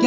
ギ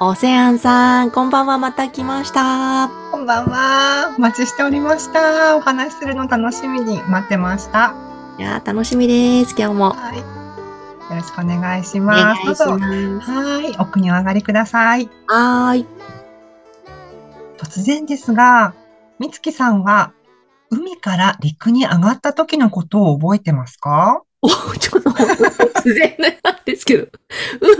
オセアンさん、こんばんは、また来ました。こんばんはお待ちしておりましたお話しするの楽しみに待ってましたいやー、楽しみです、今日も。はいよろしくお願いしおま願いすします。どうぞはいお国お上がりくださいはーい。突然ですがみつきさんは海から陸に上がった時のことを覚えてますかお、ちょっと、突然なんですけど、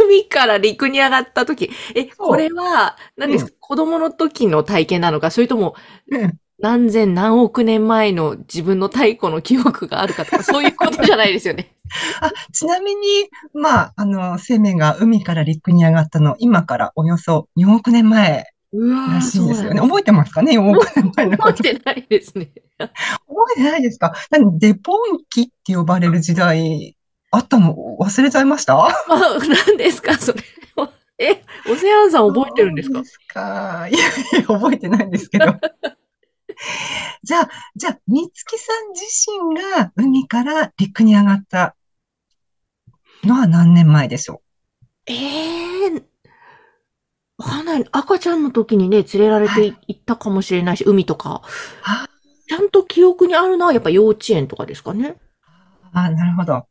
海から陸に上がった時、え、そうこれは、何ですか、子供の時の体験なのか、それともうん何千何億年前の自分の太古の記憶があるか とか、そういうことじゃないですよね。あ、ちなみに、まあ、あの、生命が海から陸に上がったの、今からおよそ4億年前うらわーしいんですよね。そうなんだ覚えてますかね ?4 億年前のこ覚と。覚えてないですね。えてないですか何デポン紀って呼ばれる時代、あったの忘れちゃいましたまあ、何ですか、それ。え、オセアンさん覚えてるんですそかう かいやいや、覚えてないんですけど。 じゃあ、じゃあ、みつきさん自身が海から陸に上がったのは何年前でしょええー、わかんない。赤ちゃんの時にね、連れられはてい行ったかもしれないし、海とかあ。ちゃんと記憶にあるのはやっぱ幼稚園とかですかね。あ、なるほど。はい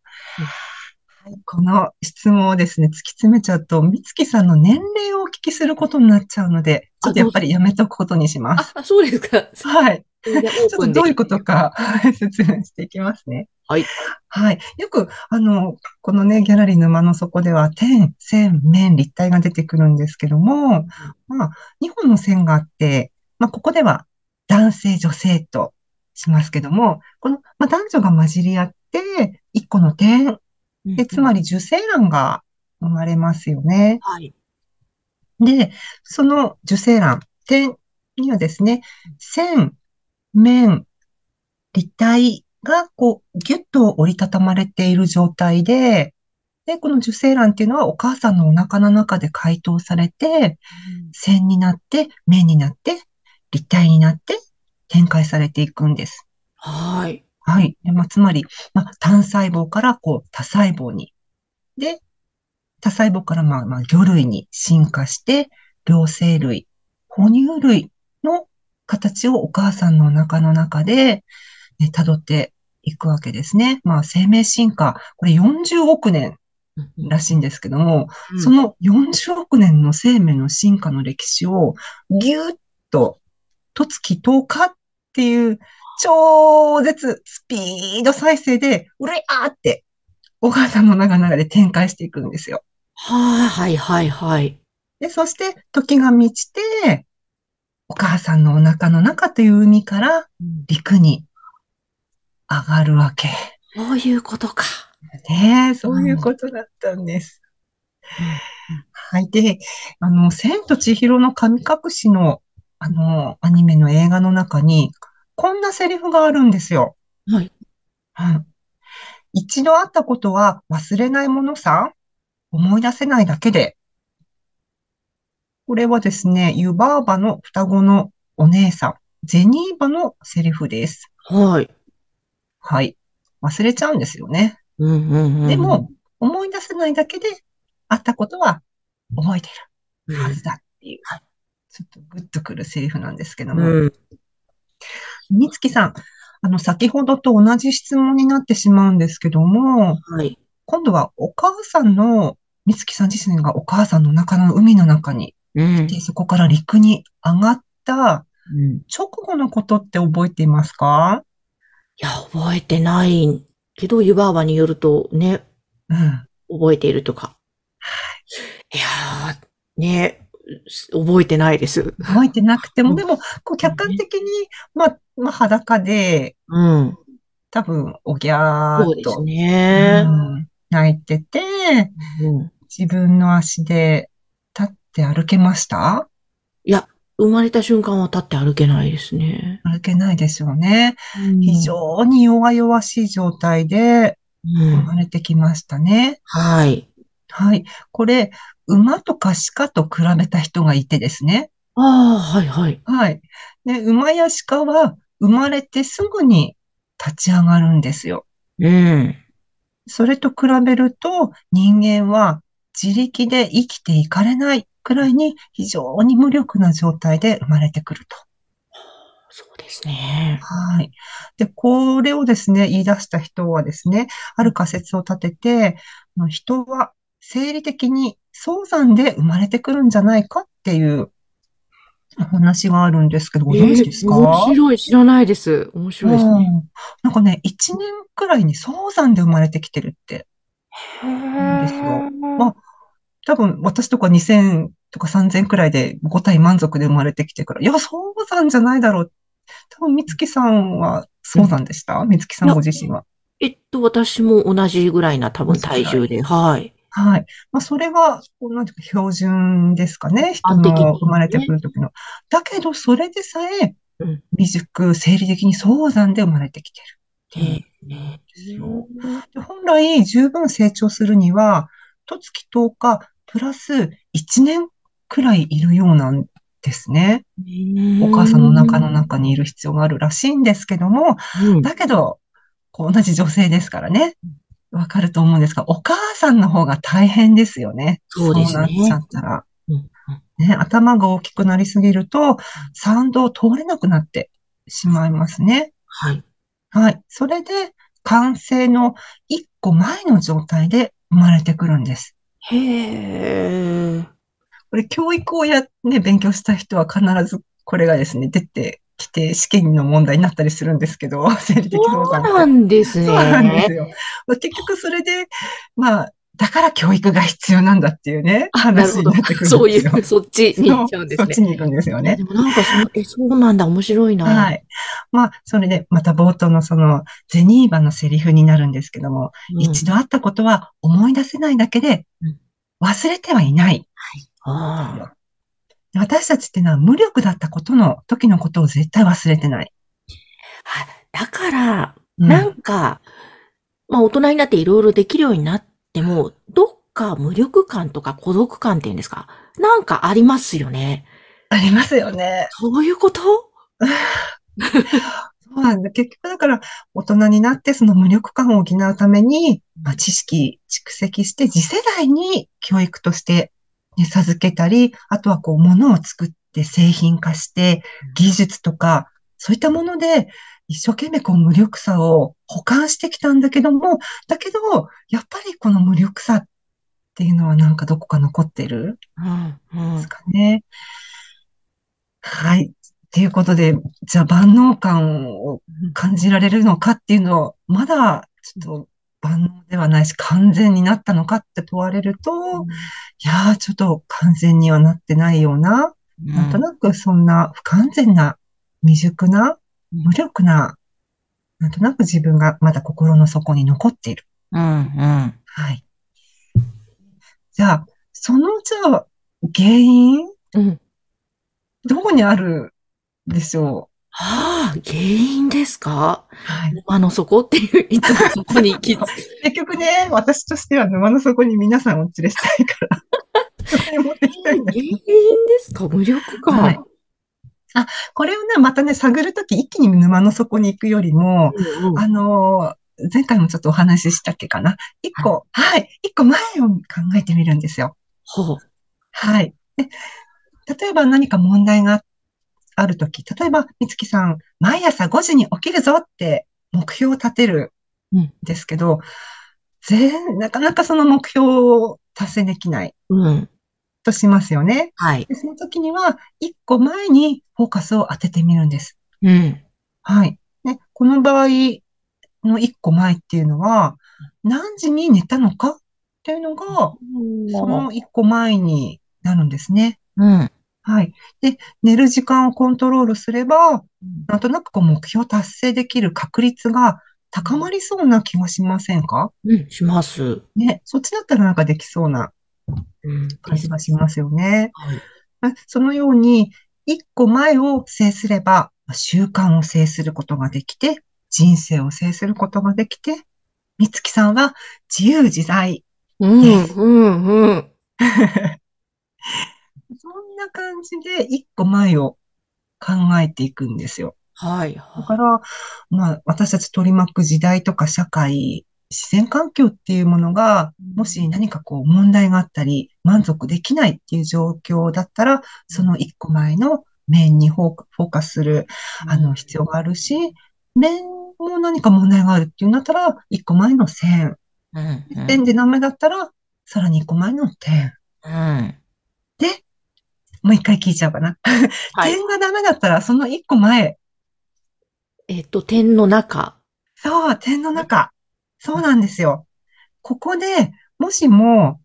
この質問をですね、突き詰めちゃうと、美月さんの年齢をお聞きすることになっちゃうので、ちょっとやっぱりやめとくことにします。あ、あそうですか。はい。それでオ ちーょプっとンどでういうことか、 はい説明していきますね。はい。はい。よく、あの、このね、ギャラリー沼の底では、点、線、面、立体が出てくるんですけども、まあ、2本の線があって、まあ、ここでは男性、女性としますけども、この、まあ、男女が混じり合って、1個の点で、つまり。り受精卵が生まれますよね。はい。で、その受精卵、点にはですね、線、面、立体がこう、ギュッと折りたたまれている状態で、で、この受精卵っていうのはお母さんのお腹の中で解凍されて、線になって、面になって、立体になって、展開されていくんです。はい。はい。でまあ、つまり、まあ、単細胞からこう多細胞に。で、多細胞からまあまあ魚類に進化して、両生類、哺乳類の形をお母さんのお腹の中で、ね、辿っていくわけですね。まあ生命進化、これ40億年らしいんですけども、うんその40億年の生命の進化の歴史をぎゅっと、とつき10日っていう超絶スピード再生で、うれあーって、お母さんの中で展開していくんですよ。はいはいはい。で、そして時が満ちて、お母さんのお腹の中という海から陸に上がるわけ。そういうことか。ねえ、そういうことだったんです。はい。で、あの、千と千尋の神隠しの、あの、アニメの映画の中に、こんなセリフがあるんですよ。はい。うん。一度会ったことは忘れないものさ。思い出せないだけで。これはですね、湯婆婆の双子のお姉さん、ゼニーバのセリフです。はい。はい。忘れちゃうんですよね。うんうんうん。でも、思い出せないだけで、会ったことは覚えてうるはずだっていうはい、ちょっとグッとくるセリフなんですけども、ん、みつきさん、あの、先ほどと同じ質問になってしまうんですけども、はい。今度はお母さんの、みつきさん自身がお母さんの中の海の中にうんいて、そこから陸に上がったうん直後のことって覚えていますかいや、覚えてないけど、湯婆婆によるとね、 うん。覚えているとか。いやー、ね、す覚えてないです。覚えてなくてうも、んでも、こう客観的に、まあ、まあ、裸で、うん。多分、おぎゃーそうっでとすねう。ん泣いてて、うん自分の足で立って歩けましたいや、生まれた瞬間は立って歩けないですね。歩けないでしょうね。うん非常に弱々しい状態でう生んまれてきましたね。はい。はい。これ、馬とか鹿と比べた人がいてですね。ああ、はいはい。はい。で、馬や鹿は生まれてすぐに立ち上がるんですよ。うん。それと比べると人間は自力で生きていかれないくらいに非常に無力な状態で生まれてくると。そうですね。はい。で、これをですね、言い出した人はですね、ある仮説を立てて、あの人は生理的に早産で生まれてくるんじゃないかっていうお話があるんですけど、ご存知ですか、えー面白い、知らないです。面白いですうね。ん。なんかね、1年くらいに早産で生まれてきてるって。んですよまあ多分私とか2000とか3000くらいで5体満足で生まれてきてから、いや、早産じゃないだろう。多分、三月さんは早産でした三月さんご自身は。えっと、私も同じぐらいな多分体重で、はい。はい。まあ、それは、こうなんていうか、標準ですかね。人般的にねの生まれてくる時の。だけど、それでさえうん、未熟、生理的に早産で生まれてきてるっていう。ねよで本来、十分成長するには、十月10日、プラス1年くらいいるようなんですね。お母さんの中の中にいる必要があるらしいんですけども、うんだけど、こう同じ女性ですからね。わかると思うんですが、お母さんの方が大変ですよね。そうですねそうなっちゃったらうんうん。ね、頭が大きくなりすぎると、産道を通れなくなってしまいますね。はい。はい。それで、完成の一個前の状態で生まれてくるんです。へえ。これ、教育をや、ね、勉強した人は必ずこれがですね、出てきて試験の問題になったりするんですけど、 生理的そ相談っうてなんですね。そうなんですよ。結局それで、まあ、だから教育が必要なんだっていうね、あなる話ほにどなってくるんですよ。そういう、そっちに行っちゃうんでそすうそっねち。に行くんですよねで。もなんかその、え、そうなんだ、面白いな。。はいい。まあ、それで、また冒頭のその、ゼニーバのセリフになるんですけども、一度会ったことは思い出せないだけでうん、忘れてはいない。ああ。で私たちっていうのは無力だったことの時のことを絶対忘れてない。あ だから、うんなんか、まあ大人になっていろいろできるようになっても、どっか無力感とか孤独感っていうんですかなんかありますよね。ありますよね。そういうことそうなんだ。結局だから、大人になってその無力感を補うために、まあ、知識蓄積して次世代に教育として、ね、授けたり、あとはこう、物を作って製品化して、技術とか、そういったもので、一生懸命こう無力さを補完してきたんだけども、だけど、やっぱりこの無力さっていうのはなんかどこか残ってるうん、うでんす。かね。はい。ということで、じゃあ万能感を感じられるのかっていうのを、まだちょっと万能ではないし、完全になったのかって問われると、いやー、ちょっと完全にはなってないような、なんとなくそんな不完全な、未熟な、無力な、なんとなく自分がまだ心の底に残っている。うん、うん。はい。じゃあ、その、じゃあ、原因うん。どこにあるでしょはあ、原因ですかう。はい。あの、そこっていう、いつもそこに行き着く。結局ね、私としては沼の底に皆さんをお連れしたいから、それ持ってきた原いん因だ。ですか無力感。はいこれをね、またね、探るとき一気に沼の底に行くよりも、うんうんあのー前回もちょっとお話ししたっけかな。一個、はい、一個前を考えてみるんですよ。ほう。はい。で例えば何か問題があるとき、例えば、みつきさん、毎朝5時に起きるぞって目標を立てるうんんですけど、全、なかなかその目標を達成できないうん。としますよね。はい。でその時には、1個前にフォーカスを当ててみるんです。うん。はい。ね、この場合の1個前っていうのは、何時に寝たのかっていうのが、その1個前になるんですね。うん。はい。で、寝る時間をコントロールすれば、なんとなくこう目標達成できる確率が高まりそうな気がしませんかうん、します。ね。そっちだったらなんかできそうなうん感じがしますよね。はいそのように、一個前を制すれば、習慣を制することができて、人生を制することができて、美月さんは自由自在。うん、うん、うん。そんな感じで一個前を考えていくんですよ。はい、だはから、まあ、私たち取り巻く時代とか社会、自然環境っていうものが、い。もし何かこう問題があったり、満足できないっていう状況だったら、その一個前の面にフォーフォーカスする、うん、あの、必要があるし、面も何か問題があるっていうんだったら、一個前の線。うん、うん、線でダメだったら、さらに一個前の点。うん。もう一回聞いちゃおうかな。はい。点がダメだったら、その一個前。えっと、点の中。そう、点の中。そうなんですよ。ここで、もしも、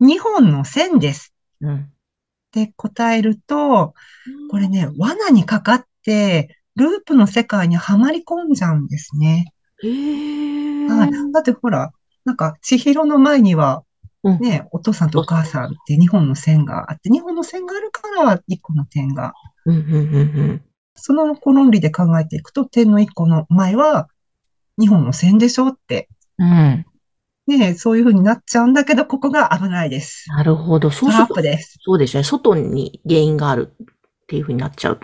2本の線ですうん。って答えると、これね、罠にかかって、ループの世界にはまり込んじゃうんですね。へえ。はい。だってほら、なんか、千尋の前には、うんね、お父さんとお母さんって2本の線があって、2本の線があるから1個の点が。うん、うん、うん、そのこの論理で考えていくと、点の1個の前は2本の線でしょって。うん。うん。ね、そういう風になっちゃうんだけど、ここが危ないです。なるほど。そトうすラるッとプ、です。そうですね。外に原因があるっていうふうになっちゃう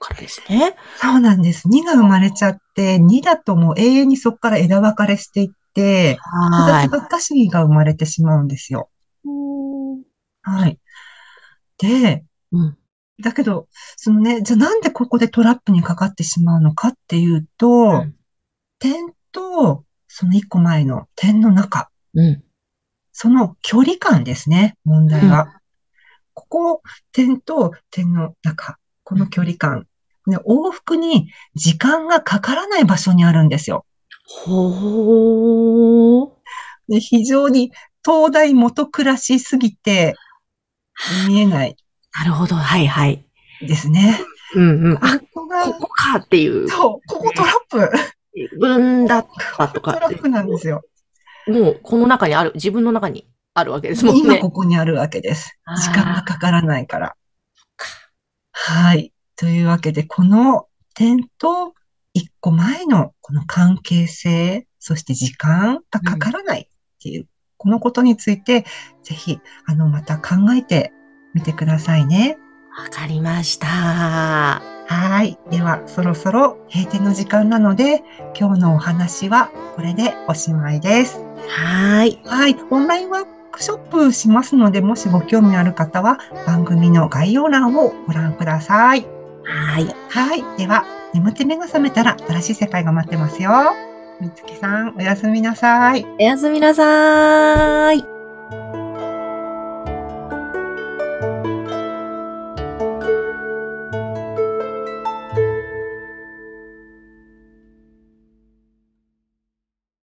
からですね。そうなんです。2が生まれちゃって、2だともう永遠にそこから枝分かれしていって、は形い。ばっかしが生まれてしまうんですよ。はい。で、うん。だけど、そのね、じゃあなんでここでトラップにかかってしまうのかっていうと、ん点とその1個前の点の中、うん。その距離感ですね、問題は。ここ、点と点の中、この距離感。ね、往復に時間がかからない場所にあるんですよ。ほー。で非常に東大元暮らしすぎて見えないなるほど。はい、はい。ですね。うん、うん。 あ、ここが、ここかっていう。そう、ここトラップ。自分だったとトかラップなんですよ。もう、この中にある、自分の中にあるわけですもんね。今ここにあるわけです。あー時間がかからないからか。はい。というわけで、この点と一個前のこの関係性、そして時間がかからないっていう、このことについて、ぜひ、あの、また考えてみてくださいね。わかりました。はい。では、そろそろ閉店の時間なので、今日のお話はこれでおしまいです。はーい。はい、オンラインワークショップしますので、もしご興味ある方は番組の概要欄をご覧ください。はーい。はい、では眠って目が覚めたら新しい世界が待ってますよ。みつきさん、おやすみなさい。おやすみなさーい。